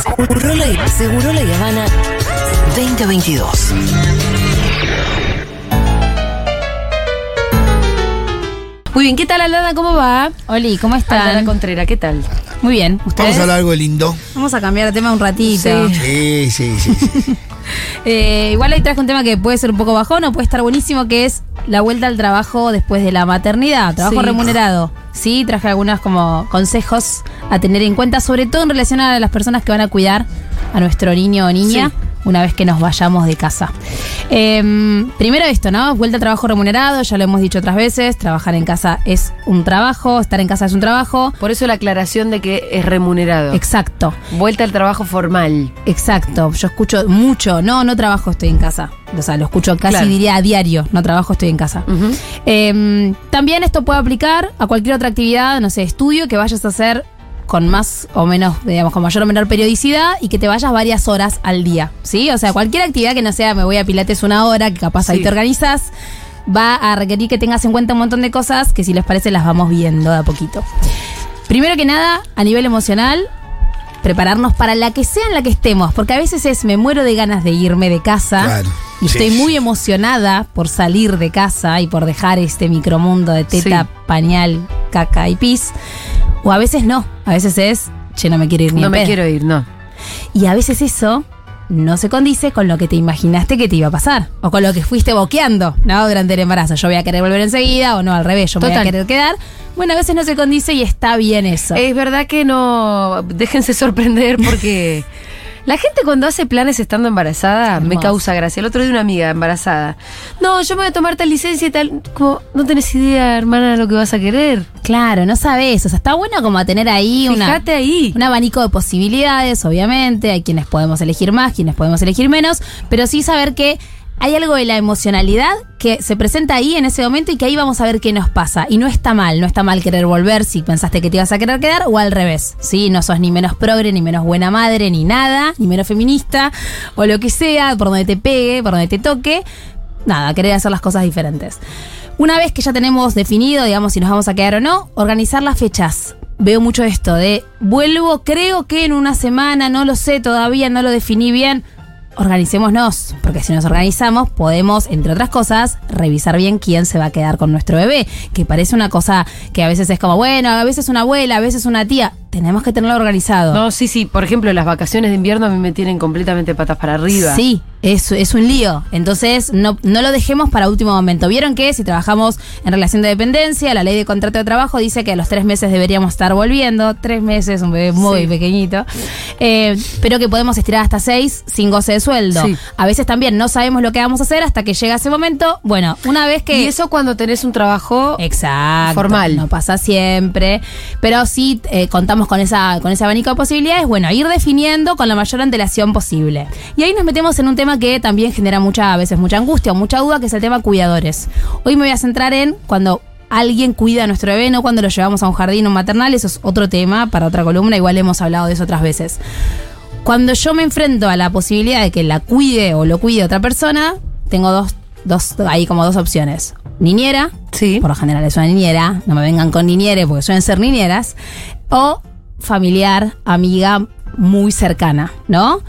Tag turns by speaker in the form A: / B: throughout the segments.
A: Seguro la, seguro la Habana 2022.
B: Muy bien, ¿qué tal Aldana? ¿Cómo va?
C: Oli, ¿cómo
B: Aldana
C: están?
B: Contrera, ¿qué tal?
C: Muy bien,
D: Vamos
C: ¿ustedes?
D: a hablar algo lindo.
C: Vamos a cambiar de tema un ratito.
B: Sí.
D: Sí, sí, sí. sí.
C: Eh, igual ahí traje un tema que puede ser un poco bajón o puede estar buenísimo, que es la vuelta al trabajo después de la maternidad, trabajo
B: Sí.
C: remunerado. Sí, traje algunos como consejos a tener en cuenta, sobre todo en relación a las personas que van a cuidar a nuestro niño o niña.
B: Sí.
C: Una vez que nos vayamos de casa. Eh, primero esto, ¿no? Vuelta al trabajo remunerado, ya lo hemos dicho otras veces, trabajar en casa es un trabajo, estar en casa es un trabajo.
B: Por eso la aclaración de que es remunerado.
C: Exacto.
B: Vuelta al trabajo formal.
C: Exacto, yo escucho mucho, no, no trabajo, estoy en casa. O sea, lo escucho casi
B: Claro.
C: diría a diario, no trabajo, estoy en casa.
B: Ujú.
C: Eh, también esto puede aplicar a cualquier otra actividad, no sé, estudio que vayas a hacer con más o menos, digamos, con mayor o menor periodicidad y que te vayas varias horas al día, ¿sí? O sea, cualquier actividad que no sea me voy a pilates una hora, que capaz ahí
B: Sí.
C: te organizas, va a requerir que tengas en cuenta un montón de cosas que si les parece las vamos viendo de a poquito. Primero que nada, a nivel emocional, prepararnos para la que sea en la que estemos, porque a veces es me muero de ganas de irme de casa
D: Claro,
C: y
D: sí.
C: estoy muy emocionada por salir de casa y por dejar este micromundo de teta,
B: Sí.
C: pañal, caca y pis. O a veces no, a veces es, che, no me quiero ir ni
B: No
C: en
B: me
C: pedo".
B: quiero ir, no.
C: Y a veces eso no se condice con lo que te imaginaste que te iba a pasar o con lo que fuiste boqueando, ¿no? Durante el embarazo. Yo voy a querer volver enseguida o no, al revés, yo me voy
B: Total. Eh,
C: a querer quedar. Bueno, a veces no se condice y está bien eso.
B: Es verdad que no. Déjense sorprender porque. La gente cuando hace planes estando embarazada me
C: Hermoso.
B: causa gracia. El otro día una amiga embarazada. No, yo me voy a tomar tal licencia y tal. Como, no tenés idea, hermana, lo que vas a querer.
C: Claro, no sabes. O sea, está bueno como tener ahí una,
B: Fíjate ahí.
C: un abanico de posibilidades, obviamente. Hay quienes podemos elegir más, quienes podemos elegir menos, pero sí saber que hay algo de la emocionalidad que se presenta ahí en ese momento y que ahí vamos a ver qué nos pasa. Y no está mal, no está mal querer volver si pensaste que te ibas a querer quedar o al revés. Sí, no sos ni menos progre, ni menos buena madre, ni nada, ni menos feminista o lo que sea, por donde te pegue, por donde te toque. Nada, querer hacer las cosas diferentes. Una vez que ya tenemos definido, digamos, si nos vamos a quedar o no, organizar las fechas. Veo mucho esto de vuelvo, creo que en una semana, no lo sé todavía, no lo definí bien. Organicémonos, porque si nos organizamos podemos, entre otras cosas, revisar bien quién se va a quedar con nuestro bebé, que parece una cosa que a veces es como, bueno, a veces una abuela, a veces una tía. Tenemos que tenerlo organizado.
B: No, sí, sí. Por ejemplo, las vacaciones de invierno a mí me tienen completamente patas para arriba.
C: Sí, es, es un lío. Entonces, no, no lo dejemos para último momento. Vieron que si trabajamos en relación de dependencia, la ley de contrato de trabajo dice que a los tres meses deberíamos estar volviendo. Tres meses, un bebé muy
B: Sí.
C: pequeñito. Eh, pero que podemos estirar hasta seis sin goce de sueldo.
B: Sí.
C: A veces también no sabemos lo que vamos a hacer hasta que llega ese momento. Bueno, una vez que.
B: Y eso cuando tenés un trabajo
C: Eh, Exacto.
B: Formal.
C: No pasa siempre. Pero sí eh, contamos con, esa, con ese abanico de posibilidades. Bueno, ir definiendo con la mayor antelación posible. Y ahí nos metemos en un tema que también genera mucha, a veces mucha angustia o mucha duda, que es el tema cuidadores. Hoy me voy a centrar en cuando alguien cuida a nuestro bebé, no cuando lo llevamos a un jardín o un maternal. Eso es otro tema para otra columna. Igual hemos hablado de eso otras veces. Cuando yo me enfrento a la posibilidad de que la cuide o lo cuide otra persona, tengo dos, dos, ahí como dos opciones. Niñera,
B: Sí.
C: por lo general es una niñera, no me vengan con niñere porque suelen ser niñeras, o familiar, amiga muy cercana, ¿no?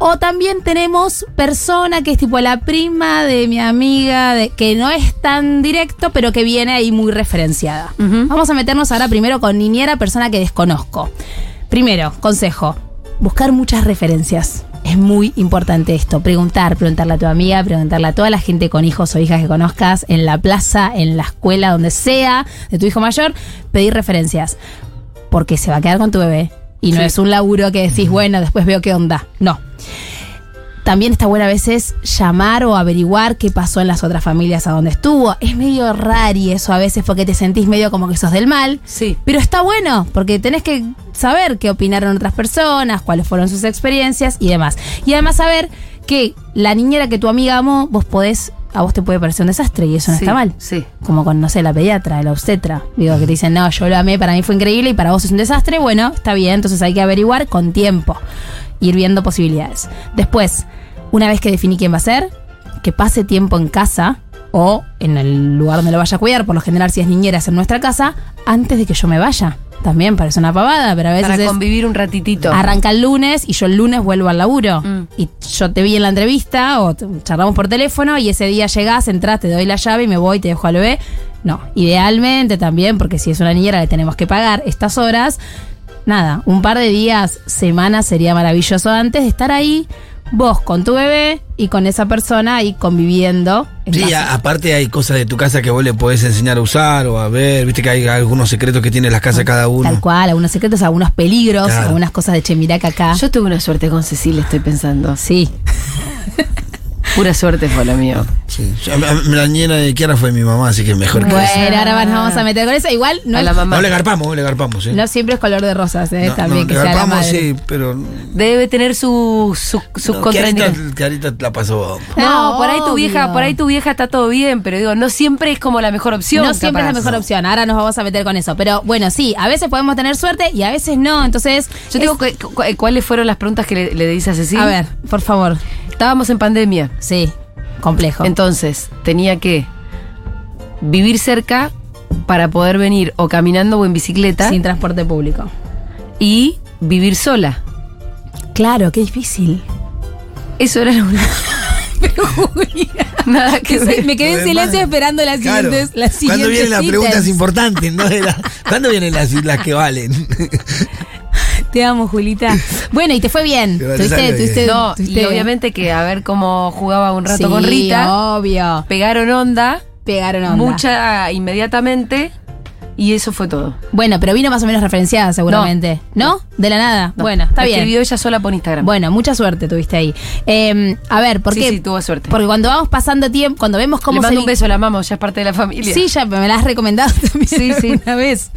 C: O también tenemos persona que es tipo la prima de mi amiga, de, que no es tan directo, pero que viene ahí muy referenciada.
B: Ujú.
C: Vamos a meternos ahora primero con niñera, persona que desconozco. Primero, consejo, buscar muchas referencias. Es muy importante esto, preguntar, preguntarle a tu amiga, preguntarle a toda la gente con hijos o hijas que conozcas, en la plaza, en la escuela, donde sea, de tu hijo mayor, pedir referencias. Porque se va a quedar con tu bebé y no
B: Sí.
C: es un laburo que decís, bueno, después veo qué onda. No. También está bueno a veces llamar o averiguar qué pasó en las otras familias a donde estuvo. Es medio rari eso a veces porque te sentís medio como que sos del mal.
B: Sí.
C: Pero está bueno, porque tenés que saber qué opinaron otras personas, cuáles fueron sus experiencias y demás. Y además saber que la niñera que tu amiga amó, vos podés, a vos te puede parecer un desastre y eso no
B: Sí,
C: está mal.
B: Sí.
C: Como con, no sé, la pediatra, la obstetra. Digo, que te dicen, no, yo lo amé, para mí fue increíble y para vos es un desastre. Bueno, está bien, entonces hay que averiguar con tiempo, ir viendo posibilidades. Después, una vez que definí quién va a ser, que pase tiempo en casa o en el lugar donde lo vaya a cuidar, por lo general si es niñera es en nuestra casa, antes de que yo me vaya. también parece una pavada, pero a veces
B: Para
C: es-
B: convivir un ratitito.
C: arranca el lunes y yo el lunes vuelvo al laburo.
B: Mm.
C: Y yo te vi en la entrevista o t- charlamos por teléfono y ese día llegás, entras, te doy la llave y me voy, te dejo al bebé. No, idealmente también, porque si es una niñera le tenemos que pagar estas horas. Nada, un par de días, semanas sería maravilloso antes de estar ahí, vos con tu bebé y con esa persona ahí conviviendo. en
D: Sí,
C: casa.
D: a- aparte hay cosas de tu casa que vos le podés enseñar a usar o a ver, viste que hay algunos secretos que tiene las casas cada uno.
C: Ah, Tal cual, algunos secretos, algunos peligros,
D: Claro.
C: algunas cosas de che, mirá que acá.
B: Yo tuve una suerte con Cecilia, estoy pensando.
C: sí.
B: Pura suerte fue lo mío.
D: Sí. Yo- a- a- La niñera de Kiara fue mi mamá, así que mejor que eso.
C: Bueno, ahora nos vamos a meter con eso. Igual no
B: a
C: es
B: la mamá.
D: No le garpamos, le garpamos, ¿eh?
C: No siempre es color de rosas, ¿eh?
D: No,
C: También
D: no,
C: que
D: le
C: sea la
D: garpamos,
C: madre.
D: sí, pero.
B: Debe tener su, su, su
D: no,
B: contraindicación.
D: Kiarita- Kiarita la pasó.
B: No,
C: No,
B: por ahí tu vieja,
C: obvio.
B: por ahí tu vieja está todo bien, pero digo, no siempre es como la mejor opción.
C: No siempre es la
B: capaz.
C: mejor opción. Ahora nos vamos a meter con eso. Pero bueno, sí, a veces podemos tener suerte y a veces no. Entonces,
B: Yo
C: es-
B: tengo que- cu- cu- cuáles fueron las preguntas que le, le dices a Cecilia.
C: A ver, por favor.
B: Estábamos en pandemia.
C: Sí, complejo.
B: Entonces, tenía que vivir cerca para poder venir o caminando o en bicicleta
C: Sin transporte público.
B: y vivir sola.
C: Claro, qué difícil.
B: Eso era lo único. Nada que ver.
C: me quedé en silencio esperando las
D: Claro.
C: siguientes. Las
D: ¿Cuándo
C: siguientes
D: vienen las preguntas
C: ítems.
D: importantes? No de la- ¿Cuándo vienen las, las que valen?
C: Te amo, Julita. Bueno, y te fue bien.
D: Pero te
C: Tuviste,
D: salió
C: tuviste-
D: bien.
B: No, y
C: tuviste-
B: obviamente que a ver cómo jugaba un rato
C: Sí,
B: con Rita.
C: Obvio.
B: Pegaron onda,
C: Pegaron onda.
B: mucha inmediatamente y eso fue todo.
C: Bueno, pero vino más o menos referenciada seguramente. ¿No? De la nada.
B: No,
C: Bueno, está
B: me
C: bien.
B: Escribió ella sola por Instagram.
C: Bueno, mucha suerte tuviste ahí. Eh, a ver, ¿por
B: Sí,
C: qué?
B: sí, tuvo suerte.
C: Porque cuando vamos pasando tiempo, cuando vemos cómo
B: Le
C: se
B: mando
C: li-
B: un beso, la amamos, ya es parte de la familia.
C: Sí, ya me la has recomendado también
B: Sí, sí.
C: una vez.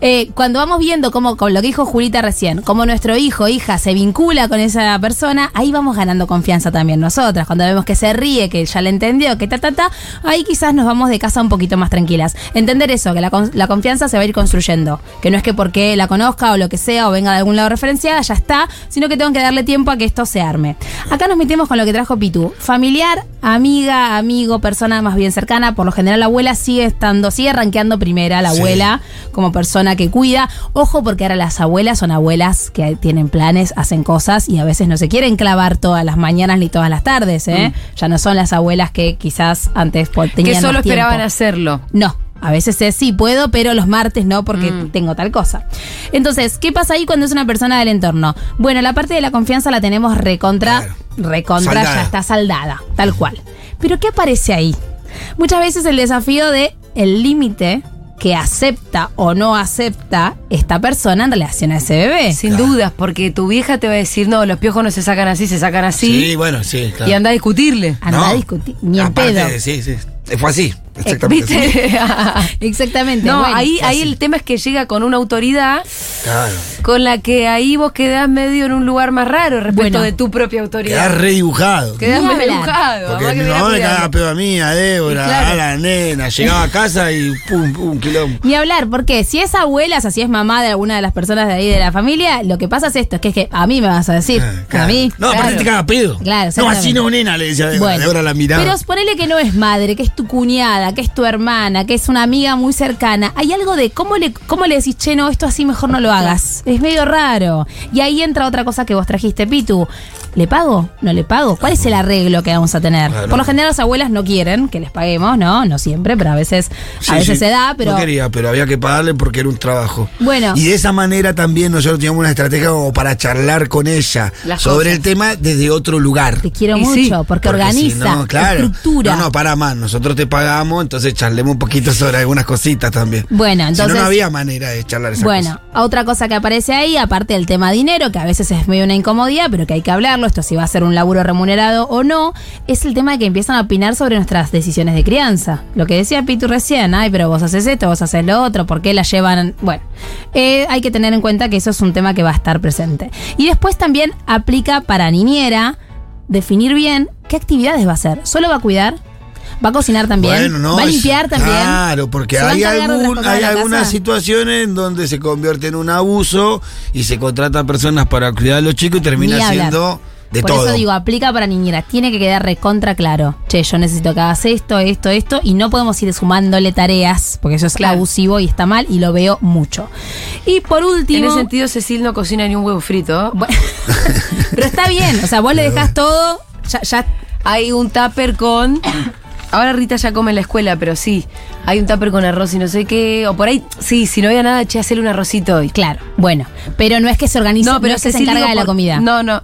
C: Eh, cuando vamos viendo cómo, con lo que dijo Julita recién, cómo nuestro hijo, hija, se vincula con esa persona, ahí vamos ganando confianza también nosotras. Cuando vemos que se ríe, que ya le entendió, que ta, ta, ta, ahí quizás nos vamos de casa un poquito más tranquilas. Entender eso, que la, con- la confianza se va a ir construyendo. Que no es que porque la conozca o lo que sea o venga de algún lado referenciada, ya está, sino que tengo que darle tiempo a que esto se arme. Acá nos metemos con lo que trajo Pitu. Familiar, amiga, amigo, persona más bien cercana, por lo general la abuela sigue estando, sigue rankeando primera la
D: Sí.
C: abuela como persona que cuida. Ojo porque ahora las abuelas son abuelas que tienen planes, hacen cosas y a veces no se quieren clavar todas las mañanas ni todas las tardes. ¿eh? Ya no son las abuelas que quizás antes po- tenían
B: Mm. que solo
C: más tiempo.
B: esperaban hacerlo.
C: No, a veces es sí puedo, pero los martes no porque
B: Mm.
C: tengo tal cosa. Entonces, ¿qué pasa ahí cuando es una persona del entorno? Bueno, la parte de la confianza la tenemos recontra,
D: Claro.
C: recontra,
D: Saldada.
C: ya está saldada, tal cual. Pero ¿qué aparece ahí? Muchas veces el desafío de el límite que acepta o no acepta esta persona en relación a ese bebé.
B: Sin dudas, porque tu vieja te va a decir, no, los piojos no se sacan así, se sacan
D: Sí,
B: así.
D: bueno, sí, claro.
B: Y anda a discutirle.
C: Anda
D: No.
C: a discutir, ni en
D: Aparte,
C: pedo. Eh,
D: Sí, sí. Fue así. Exactamente. así.
B: ¿Viste?
C: Exactamente.
B: no,
C: bueno.
B: ahí, ahí
D: fácil.
B: el tema es que llega con una autoridad
D: Claro.
B: con la que ahí vos quedás medio en un lugar más raro respecto
C: Bueno.
B: de tu propia
D: Quedás
B: autoridad.
D: redibujado.
B: Quedás
C: Ni
B: medio
C: hablar.
B: enojado,
D: Porque
B: además
D: mi
B: que mirá
D: mamá me
B: cuidado.
D: cagaba pedo a mí, a Débora,
B: Y claro.
D: a la nena. Llegaba a casa y pum, pum, quilombo.
C: Ni hablar, porque si es abuela, o sea, si es mamá de alguna de las personas de ahí de la familia, lo que pasa es esto, es que es que a mí me vas a decir,
D: Ah, claro.
C: a mí.
D: No, aparte
B: claro.
D: te caga pedo.
C: Claro,
D: no,
C: exactamente.
D: así no, nena, le decía Débora.
C: Bueno,
D: Débora la miraba.
C: pero ponele que no es madre, que es tu cuñada, que es tu hermana, que es una amiga muy cercana. Hay algo de cómo le, cómo le decís, che, no, esto así mejor no lo hagas. Es medio raro. Y ahí entra otra cosa que vos trajiste, Pitu. ¿Le pago? ¿No le pago? ¿Cuál es el arreglo que vamos a tener?
D: Claro.
C: Por lo general las abuelas no quieren que les paguemos, ¿no? No siempre, pero a veces,
D: Sí,
C: a veces
D: sí.
C: se da, pero...
D: No quería, pero había que pagarle porque era un trabajo.
C: Bueno.
D: Y de esa manera también nosotros teníamos una estrategia como para charlar con ella
B: Las
D: sobre
B: cosas.
D: el tema desde otro lugar.
C: Te quiero
B: Y
C: mucho,
B: sí,
C: porque,
D: si
C: organiza,
D: no, claro.
C: estructura.
D: No, no, para más. Nosotros te pagamos, entonces charlemos un poquito sobre algunas cositas también.
C: Bueno,
D: Si no,
C: entonces-
D: no, había manera de charlar esas
C: bueno,
D: cosas.
C: otra cosa que aparece ahí, aparte del tema dinero, que a veces es medio una incomodidad, pero que hay que hablarlo, esto si va a ser un laburo remunerado o no, es el tema de que empiezan a opinar sobre nuestras decisiones de crianza. Lo que decía Pitu recién, ay, pero vos haces esto, vos haces lo otro, ¿por qué la llevan? Bueno, eh, hay que tener en cuenta que eso es un tema que va a estar presente. Y después también aplica para niñera definir bien qué actividades va a hacer. ¿Solo va a cuidar? ¿Va a cocinar también?
D: Bueno, no,
C: ¿Va a
D: es-
C: limpiar también?
D: Claro, porque
C: ¿Se va a
D: hay,
C: encargar de otras
D: algún-
C: cosas de
D: hay
C: la
D: algunas
C: casa?
D: situaciones en donde se convierte en un abuso y se contrata personas para cuidar a los chicos y
C: Ni
D: termina
C: hablar.
D: siendo De
C: Por
D: todo.
C: eso digo, aplica para niñera. Tiene que quedar recontra claro. Che, yo necesito que hagas esto, esto, esto. Y no podemos ir sumándole tareas, porque eso es
B: Claro.
C: abusivo y está mal y lo veo mucho. Y por
B: En
C: último.
B: ese sentido, Cecil no cocina ni un huevo frito.
C: Bueno, pero está bien. O sea, vos le dejás todo. Ya, ya
B: Hay un tupper con. Ahora Rita ya come en la escuela, pero sí. Hay un tupper con arroz y no sé qué. O por ahí, sí, si no había nada, che, hacerle un arrocito hoy.
C: claro. Bueno. Pero no es que se organice, no, pero es que se
B: Cecil,
C: encarga
B: digo,
C: de la
B: por-
C: comida.
B: No, no.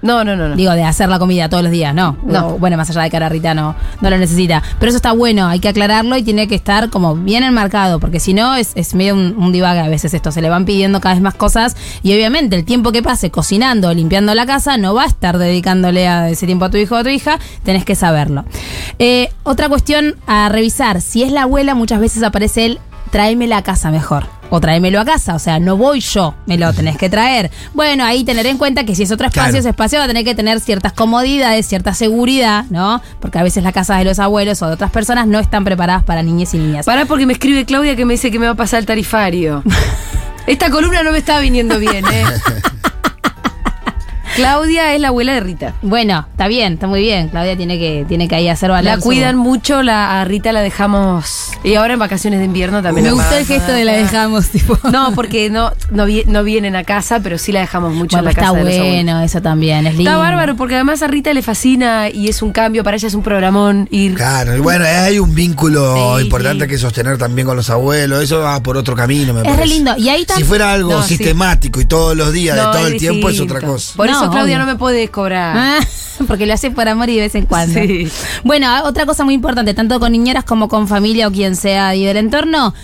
B: No, no, no. no.
C: Digo, de hacer la comida todos los días, no.
B: No.
C: O, Bueno, más allá de que ahora Rita no, no lo necesita. Pero eso está bueno, hay que aclararlo y tiene que estar como bien enmarcado, porque si no es, es medio un, un divague a veces esto. Se le van pidiendo cada vez más cosas y obviamente el tiempo que pase cocinando o limpiando la casa no va a estar dedicándole a ese tiempo a tu hijo o a tu hija, tenés que saberlo. Eh, otra cuestión a revisar, si es la abuela muchas veces aparece el tráemela a casa mejor. O tráemelo a casa, o sea, no voy yo, me lo tenés que traer. Bueno, ahí tener en cuenta que si es otro espacio,
D: Claro.
C: ese espacio va a tener que tener ciertas comodidades, cierta seguridad, ¿no? Porque a veces las casas de los abuelos o de otras personas no están preparadas para niñas y niñas.
B: Pará porque me escribe Claudia que me dice que me va a pasar el tarifario. Esta columna no me está viniendo bien, ¿eh? Claudia es la abuela de Rita.
C: Bueno, está bien, está muy bien. Claudia tiene que, tiene que ahí hacer valer
B: La
C: su-
B: cuidan mucho, la, a Rita la dejamos. Y ahora en vacaciones de invierno también.
C: Me
B: la
C: gustó el
B: mandamos.
C: gesto de la dejamos, tipo.
B: No, porque no, no, vi- no vienen a casa, pero sí la dejamos mucho
C: Bueno,
B: en la
C: está
B: casa de los abuelos.
C: bueno, eso también, es lindo.
B: Está bárbaro porque además a Rita le fascina y es un cambio, para ella es un programón ir.
D: Claro, y bueno, hay un vínculo
B: Sí,
D: importante
B: sí.
D: que sostener también con los abuelos, eso va por otro camino, me
C: Es re
D: parece.
C: lindo, y ahí tam-
D: Si fuera algo
B: No, sí.
D: sistemático y todos los días,
B: No,
D: de todo el tiempo, es
B: distinto.
D: otra cosa.
B: Por eso
C: No,
B: Claudia
C: obvio.
B: no me puede cobrar.
C: Ah, porque lo hace por amor y de vez en cuando.
B: Sí.
C: Bueno, ah, otra cosa muy importante, tanto con niñeras como con familia o quien sea y del entorno,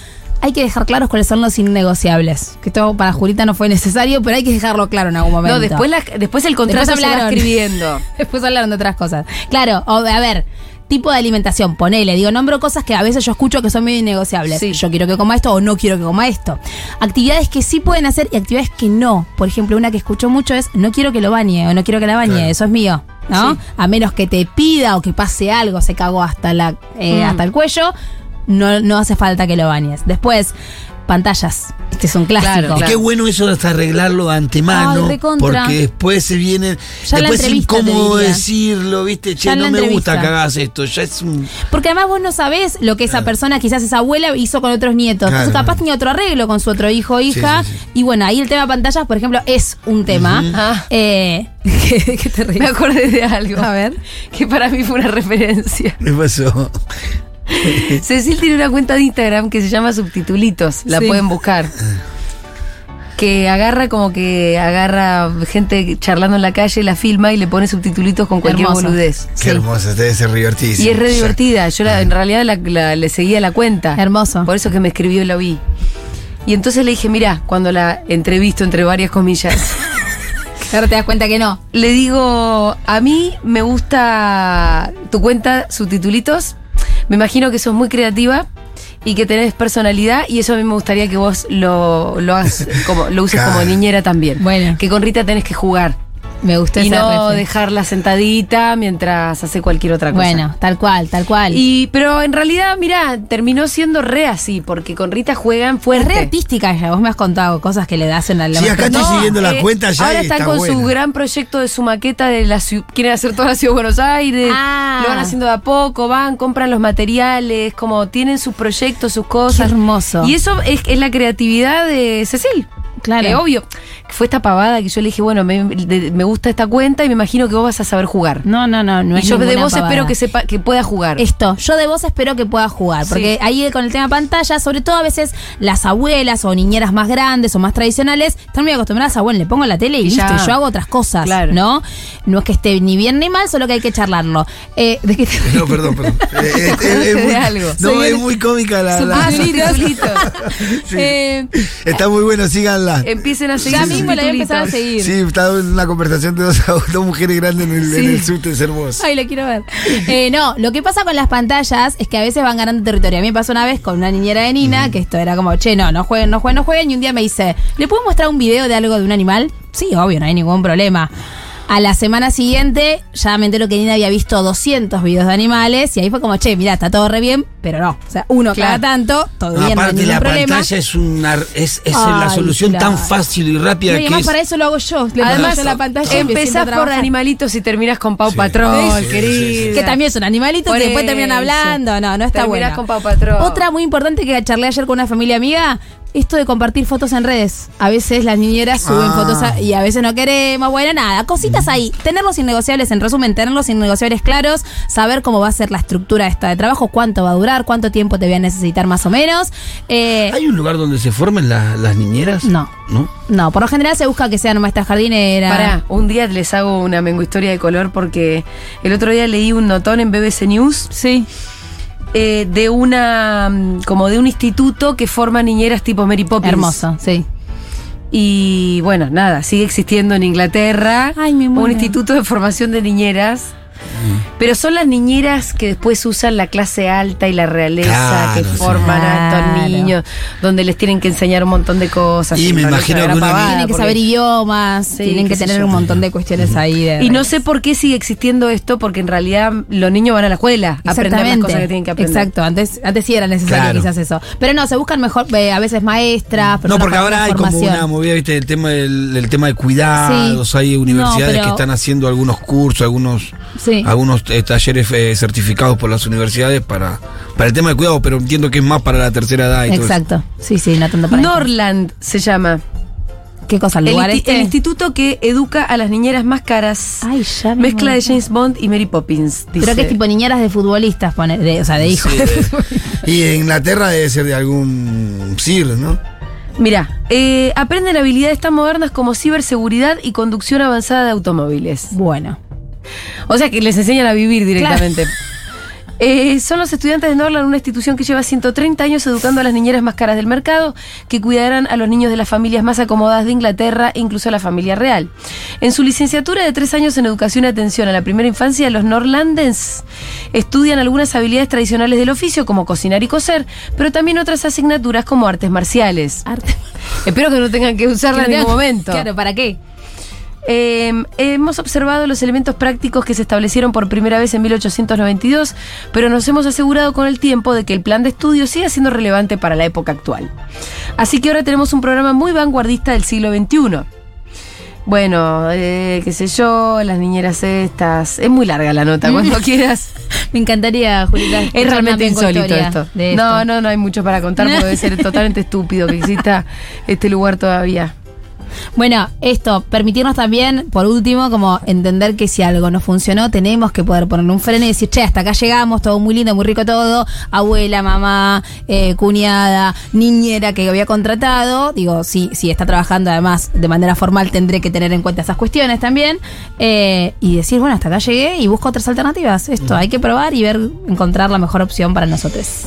C: hay que dejar claros cuáles son los innegociables. Que esto para Julita no fue necesario, pero hay que dejarlo claro en algún momento.
B: No, después, la- después el contrato
C: Después
B: se va
C: hablaron.
B: escribiendo.
C: Después hablaron de otras cosas. Claro, o- a ver, tipo de alimentación, ponele, digo, nombro cosas que a veces yo escucho que son medio innegociables.
B: Sí.
C: Yo quiero que coma esto o no quiero que coma esto. Actividades que sí pueden hacer y actividades que no. Por ejemplo, una que escucho mucho es no quiero que lo bañe o no quiero que la bañe,
D: Claro.
C: eso es mío. ¿No? A menos que te pida o que pase algo, se cagó hasta, la, eh,
B: Mm.
C: hasta el cuello, no, no hace falta que lo bañes. Después, pantallas. Este es un clásico.
B: Claro,
D: Y
B: claro.
D: qué bueno eso de hasta arreglarlo de antemano,
C: Ay, recontra.
D: porque después se viene,
C: Ya en la
D: después es
C: entrevista te
D: incómodo
C: diría.
D: decirlo, viste,
C: Ya
D: che,
C: en
D: no
C: la
D: me gusta
C: entrevista.
D: que hagas esto, ya es un...
C: Porque además vos no sabés lo que esa persona, quizás esa abuela, hizo con otros nietos.
D: Claro.
C: Entonces, capaz tenía otro arreglo con su otro hijo o hija.
D: sí, sí.
C: Y bueno, ahí el tema pantallas, por ejemplo, es un tema.
B: Ah.
C: Eh, ¿qué, qué te
B: Me
C: ríes?
B: acordé de algo.
C: A ver.
B: Que para mí fue una referencia.
D: ¿Qué pasó?
B: Cecil tiene una cuenta de Instagram que se llama Subtitulitos. La
C: Sí.
B: pueden buscar. Que agarra como que agarra gente charlando en la calle, la filma y le pone subtitulitos con cualquier
C: Hermoso.
B: boludez.
D: Qué hermosa, debe ser divertidísimo.
B: Y es re
D: Ya.
B: divertida. Yo la- en realidad la- la- le seguía la cuenta.
C: Hermoso.
B: Por eso que me escribió y lo vi. Y entonces le dije, mira, cuando la entrevisto entre varias comillas,
C: Ahora te das cuenta que no.
B: le digo, a mí me gusta tu cuenta, subtitulitos. Me imagino que sos muy creativa y que tenés personalidad y eso a mí me gustaría que vos lo, lo, hagas como, lo uses como
D: Claro.
B: niñera también.
C: Bueno.
B: Que con Rita tenés que jugar
C: Me gustó
B: y
C: esa
B: no
C: refe.
B: dejarla sentadita mientras hace cualquier otra cosa.
C: Bueno, tal cual, tal cual.
B: Y, pero en realidad, mira, terminó siendo re así, porque con Rita juegan
C: Pues es re
B: fuerte.
C: artística ella. Vos me has contado cosas que le hacen a la
D: Sí, acá estoy siguiendo la
B: Eh,
D: cuenta ya
B: Ahora
D: y
B: están
D: está
B: con su
D: buena.
B: gran proyecto de su maqueta de la ciu- quieren hacer toda la ciudad de Buenos Aires,
C: Ah.
B: lo van haciendo de a poco, van, compran los materiales, como tienen sus proyectos, sus cosas.
C: Qué hermoso.
B: Y eso es, es la creatividad de Cecil.
C: Claro.
B: Que obvio. Fue esta pavada que yo le dije, bueno, me, de- me gusta esta cuenta y me imagino que vos vas a saber jugar.
C: No, no, no, no
B: y
C: es
B: yo de
C: ninguna
B: vos
C: pavada.
B: espero que sepa, que pueda jugar.
C: Esto, yo de vos espero que pueda jugar, porque
B: Sí.
C: ahí con el tema pantalla, sobre todo a veces las abuelas o niñeras más grandes o más tradicionales están muy acostumbradas a, bueno, le pongo la tele y,
B: Y
C: listo,
B: ya.
C: y yo hago otras cosas,
B: Claro.
C: ¿no? No es que esté ni bien ni mal, solo que hay que charlarlo. Eh, ¿de qué te-
D: No, perdón, perdón. Eh, eh,
B: Acuérdate
D: eh, es
B: de
D: muy-
B: algo.
D: No,
C: Soy
D: es
C: un-
D: muy cómica la... la-
B: Ah, sí, Titulito.
D: Sí.
C: Eh,
D: Está muy bueno, síganla.
B: Empiecen a seguir.
C: ya mismo la voy a empezar a
B: Titulitos.
C: seguir.
D: Sí, está en una conversación de dos, dos mujeres grandes en el, en el subte, es hermoso.
C: Ay, lo quiero ver. Eh, no, lo que pasa con las pantallas es que a veces van ganando territorio. A mí me pasó una vez con una niñera de Nina, que esto era como, che, no, no jueguen, no jueguen, no jueguen. Y un día me dice, ¿le puedo mostrar un video de algo de un animal? Sí, obvio, no hay ningún problema. A la semana siguiente ya me entero que Nina había visto 200 videos de animales y ahí fue como, che, mira, está todo re bien, pero no. O sea, uno
B: Claro.
C: cada tanto, todo
D: No,
C: bien, no hay
D: aparte,
C: ningún
D: la
C: problema.
D: pantalla es, una, es, es la
C: Ay,
D: solución
C: claro.
D: tan fácil y rápida
C: No, y
D: que
C: además
D: es.
C: para eso lo hago yo. Le
B: Además,
C: Además, la pantalla y me siento a
B: empezás por
C: trabajar.
B: animalitos y terminás con Pau
D: Sí.
B: Patrón,
D: Sí, sí, sí,
B: querida.
D: sí.
C: Que también son animalitos
B: Por
C: que después terminan
B: eso.
C: hablando. No, no está
B: Terminás
C: bueno.
B: con Pau Patrón.
C: Otra muy importante que charlé ayer con una familia amiga, esto de compartir fotos en redes. A veces las niñeras suben
D: Ah.
C: fotos a- y a veces no queremos, bueno, nada, cositas ahí. Tenerlos innegociables, en resumen, tenerlos innegociables claros, saber cómo va a ser la estructura esta de trabajo, cuánto va a durar, cuánto tiempo te voy a necesitar más o menos. Eh,
D: ¿Hay un lugar donde se formen la- las niñeras?
C: No.
D: ¿No?
C: no, por lo general se busca que sean maestras jardineras.
B: Pará, un día les hago una mengo historia de color porque el otro día leí un notón en BBC News
C: Sí.
B: eh, de una mm, como de un instituto que forma niñeras tipo Mary Poppins.
C: Hermoso, sí.
B: Ah, Y bueno, nada, sigue existiendo en Inglaterra
C: Ay, me muero.
B: un instituto de formación de niñeras. Pero son las niñeras que después usan la clase alta y la realeza
D: Claro,
B: que
D: sí.
B: forman a estos
C: Claro.
B: niños, donde les tienen que enseñar un montón de cosas.
D: Y me
B: no les
D: imagino
B: habrá
D: que una-
B: pavada,
C: Tienen que
B: porque-
C: saber idiomas,
B: Sí,
C: tienen
B: qué
C: que
B: sé
C: tener
B: yo.
C: un montón de cuestiones ahí. de
B: Y no
C: redes.
B: sé por qué sigue existiendo esto, porque en realidad los niños van a la escuela a aprender las
C: Exactamente.
B: cosas que tienen que aprender.
C: Exacto, antes, antes sí era necesario
D: Claro.
C: quizás eso. Pero no, se buscan mejor, eh, a veces maestras,
D: No,
C: personas
D: porque
C: para
D: ahora hay como
C: formación.
D: una movida, viste, el tema del, del tema de cuidados,
C: Sí.
D: hay universidades
C: No, pero-
D: que están haciendo algunos cursos, algunos,
C: Sí.
D: algunos eh, talleres eh, certificados por las universidades para, para el tema de cuidado, pero entiendo que es más para la tercera edad y todo eso.
C: Exacto, sí, sí, no tanto para
B: Norland se llama.
C: esto. ¿Qué cosa? ¿El
B: El,
C: lugar
B: insti-
C: este?
B: el instituto que educa a las niñeras más caras.
C: Ay, ya me
B: Mezcla de
C: morí.
B: James Bond y Mary Poppins. Dice.
C: Creo que es tipo niñeras de futbolistas, pone, de- o sea, de hijos.
D: Sí, de- y en Inglaterra debe ser de algún CIR, ¿no?
B: Mira, eh, aprenden habilidades tan modernas como ciberseguridad y conducción avanzada de automóviles.
C: Bueno.
B: O sea que les enseñan a vivir directamente. Eh, son los estudiantes de Norland, una institución que lleva 130 años educando a las niñeras más caras del mercado, que cuidarán a los niños de las familias más acomodadas de Inglaterra e incluso a la familia real. En su licenciatura de tres años en educación y atención a la primera infancia, los norlandens estudian algunas habilidades tradicionales del oficio, como cocinar y coser, pero también otras asignaturas como artes marciales.
C: Arte.
B: Espero que no tengan que usarla en ningún momento.
C: Claro, ¿para qué?
B: Eh, hemos observado los elementos prácticos que se establecieron por primera vez en 1892, pero nos hemos asegurado con el tiempo de que el plan de estudio siga siendo relevante para la época actual. Así que ahora tenemos un programa muy vanguardista del siglo XXI. Bueno, eh, qué sé yo, las niñeras estas. Es muy larga la nota, cuando quieras.
C: Me encantaría, Julieta. escuchar
B: Es
C: una
B: realmente
C: penco
B: insólito
C: historia
B: esto.
C: de
B: No, no, no hay mucho para contar porque debe ser totalmente estúpido que exista este lugar todavía.
C: Bueno, esto, permitirnos también, por último, como entender que si algo no funcionó, tenemos que poder ponerle un freno y decir, che, hasta acá llegamos, todo muy lindo, muy rico todo, abuela, mamá, eh, cuñada, niñera que había contratado, digo, si, si está trabajando además de manera formal, tendré que tener en cuenta esas cuestiones también, eh, y decir, bueno, hasta acá llegué y busco otras alternativas, esto, hay que probar y ver, encontrar la mejor opción para nosotros.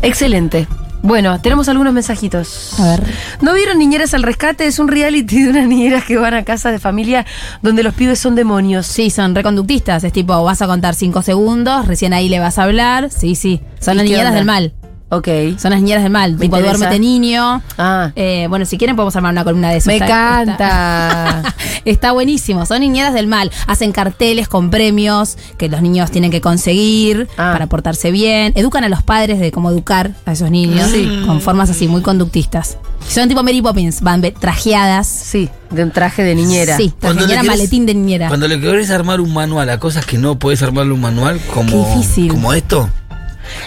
B: Excelente. Bueno, tenemos algunos mensajitos.
C: A ver.
B: ¿No vieron Niñeras al Rescate? Es un reality de unas niñeras que van a casas de familia donde los pibes son demonios.
C: Sí, son reconductistas. Es tipo, vas a contar cinco segundos, recién ahí le vas a hablar. Sí, sí. Son
B: ¿Y
C: las
B: qué
C: niñeras
B: onda?
C: del mal.
B: Ok.
C: Son las niñeras del mal.
B: Me
C: tipo,
B: interesa.
C: duérmete niño.
B: Ah.
C: Eh, bueno, si quieren podemos armar una columna de eso.
B: Me
C: Está-
B: encanta.
C: Está, está buenísimo. Son niñeras del mal. Hacen carteles con premios que los niños tienen que conseguir
B: Ah.
C: para portarse bien. Educan a los padres de cómo educar a esos niños con formas así muy conductistas. Son tipo Mary Poppins. Van ve- trajeadas.
B: Sí, de un traje de niñera.
C: Sí,
D: Cuando le
C: niñera
D: querés-
C: maletín de niñera.
D: Cuando le querés armar un manual a cosas que no podés armarle un manual,
C: Qué
D: como,
C: difícil.
D: como esto,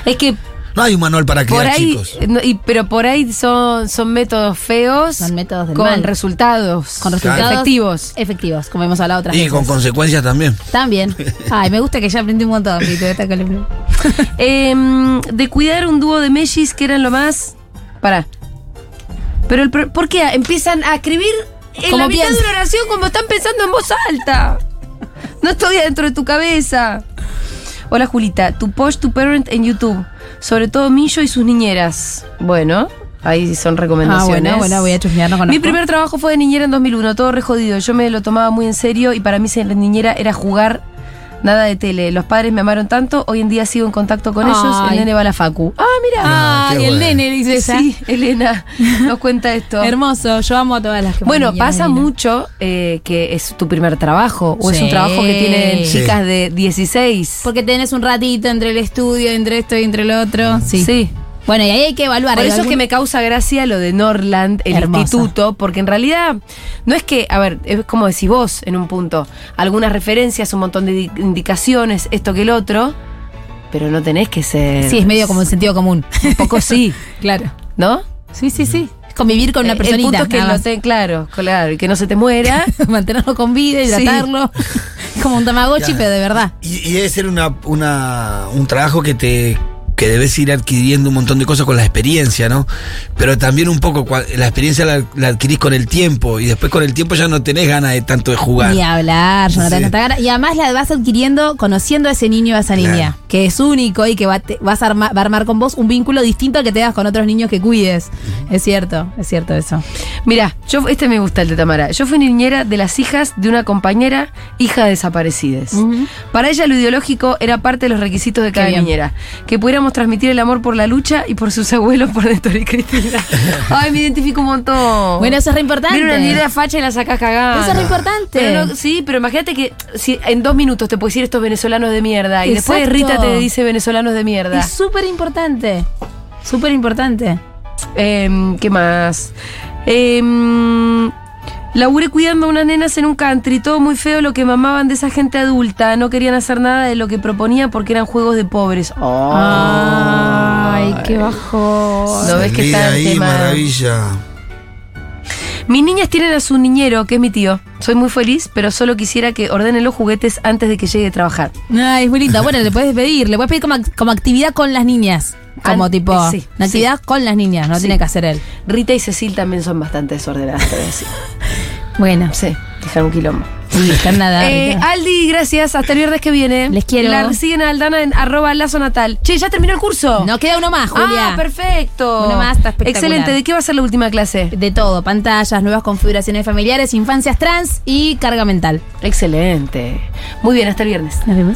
B: Es que
D: no hay un manual para
B: por
D: criar
B: ahí,
D: chicos.
B: no, y- pero por ahí son, son métodos feos.
C: Son métodos del
B: con
C: mal.
B: resultados.
C: con resultados
B: efectivos.
C: efectivos, como hemos hablado otras
D: Y
C: veces.
D: con consecuencias también.
C: También. Ay, me gusta que ya aprendí un montón. Vito, de esta columna.
B: Em, de cuidar un dúo de Mellis que eran lo más. Pará. Pero el pro- ¿por qué empiezan a escribir en
C: Como
B: la mitad de
C: piensa.
B: una oración como están pensando en voz alta? No estoy adentro de tu cabeza. Hola Julita, tu post tu parent en YouTube, sobre todo Millo y sus niñeras. Bueno, ahí son recomendaciones.
C: Ah, bueno, bueno, voy a chusmear, no conozco.
B: Mi primer trabajo fue de niñera en 2001, todo re jodido. Yo me lo tomaba muy en serio y para mí ser niñera era jugar Nada de tele. Los padres me amaron tanto, hoy en día sigo en contacto con ellos. El
C: Ay.
B: nene va a la facu. Ah, mira.
D: Ah,
C: Ay,
D: qué
C: el
D: bueno.
C: nene dice esa.
B: Sí, Elena nos cuenta esto.
C: Hermoso, yo amo a todas las que
B: Bueno,
C: ponen
B: pasa
C: Yadira.
B: mucho eh, que es tu primer trabajo o es un
C: Sí.
B: trabajo que tienen
D: Sí.
B: chicas de 16.
C: Porque tenés un ratito entre el estudio, entre esto y entre el otro. Sí.
B: Sí.
C: Bueno, y ahí hay que evaluar.
B: Por
C: Hay
B: eso es
C: algún-
B: que me causa gracia lo de Norland, el
C: Hermoso.
B: instituto, porque en realidad no es que, a ver, es como decís vos en un punto, algunas referencias, un montón de di- indicaciones, esto que el otro, pero no tenés que ser...
C: Sí, es medio como un sentido común.
B: Un poco sí,
C: claro.
B: ¿no?
C: Sí, sí, sí. Es convivir con una
B: Eh,
C: personita.
B: El punto es que
C: nada
B: lo ten, claro, claro, y que no se te muera.
C: más. Mantenerlo con vida,
B: Sí.
C: hidratarlo. como un tamagotchi,
D: Ya.
C: pero de verdad.
D: Y, y debe ser una, una- un trabajo que te que debes ir adquiriendo un montón de cosas con la experiencia, ¿no? Pero también un poco, cua- la experiencia la, la adquirís con el tiempo y después con el tiempo ya no tenés ganas de tanto de jugar.
C: Ni hablar, yo no
D: Sí.
C: tengo tanta gana. Y además la vas adquiriendo conociendo a ese niño o a esa
D: Claro.
C: niña, que es único y que va, te- vas a arma- va a armar con vos un vínculo distinto al que te das con otros niños que cuides. Es cierto, es cierto eso.
B: Mira, yo este me gusta el de Tamara. Yo fui niñera de las hijas de una compañera, hija de desaparecidas.
C: Ujú.
B: Para ella lo ideológico era parte de los requisitos de cada
C: bien.
B: niñera, que pudiéramos transmitir el amor por la lucha y por sus abuelos por Néstor y Cristina. Ay, me identifico un montón.
C: Bueno, eso es re importante.
B: Viene una niñera facha y la sacás cagada.
C: Eso es re importante.
B: Pero no- sí, pero imagínate que si en dos minutos te puedes decir estos venezolanos de mierda y después
C: Exacto.
B: Rita te dice venezolanos de mierda.
C: Es súper importante. Súper importante.
B: Em, ¿Qué más? Em, laburé cuidando a unas nenas en un country, todo muy feo lo que mamaban de esa gente adulta, no querían hacer nada de lo que proponía porque eran juegos de pobres.
D: Oh,
C: Ay, qué bajo.
B: No ves que
D: Salir
B: está el
D: ahí,
B: tema.
D: maravilla.
B: Mis niñas tienen a su niñero, que es mi tío. Soy muy feliz, pero solo quisiera que ordenen los juguetes antes de que llegue a trabajar.
C: Ay, es muy lindo. Bueno, le puedes pedir, le puedes pedir como, act- como actividad con las niñas. Como
B: An-
C: tipo,
B: sí,
C: una actividad con las niñas, no
B: Sí.
C: tiene que hacer él.
B: Rita y Cecil también son bastante desordenadas, te voy a decir.
C: Bueno,
B: Sí, dejar un quilombo.
C: sí, están nada.
B: Eh, Aldi, gracias. Hasta el viernes que viene.
C: Les quiero.
B: La siguen a Aldana en arroba lazo natal. Che, ya terminó el curso.
C: No queda uno más, Julia.
B: Ah, perfecto.
C: Una más, está espectacular.
B: Excelente. ¿De qué va a ser la última clase?
C: de todo, pantallas, nuevas configuraciones familiares, infancias trans y carga mental.
B: Excelente. Muy bien, hasta el viernes.
C: Nos vemos.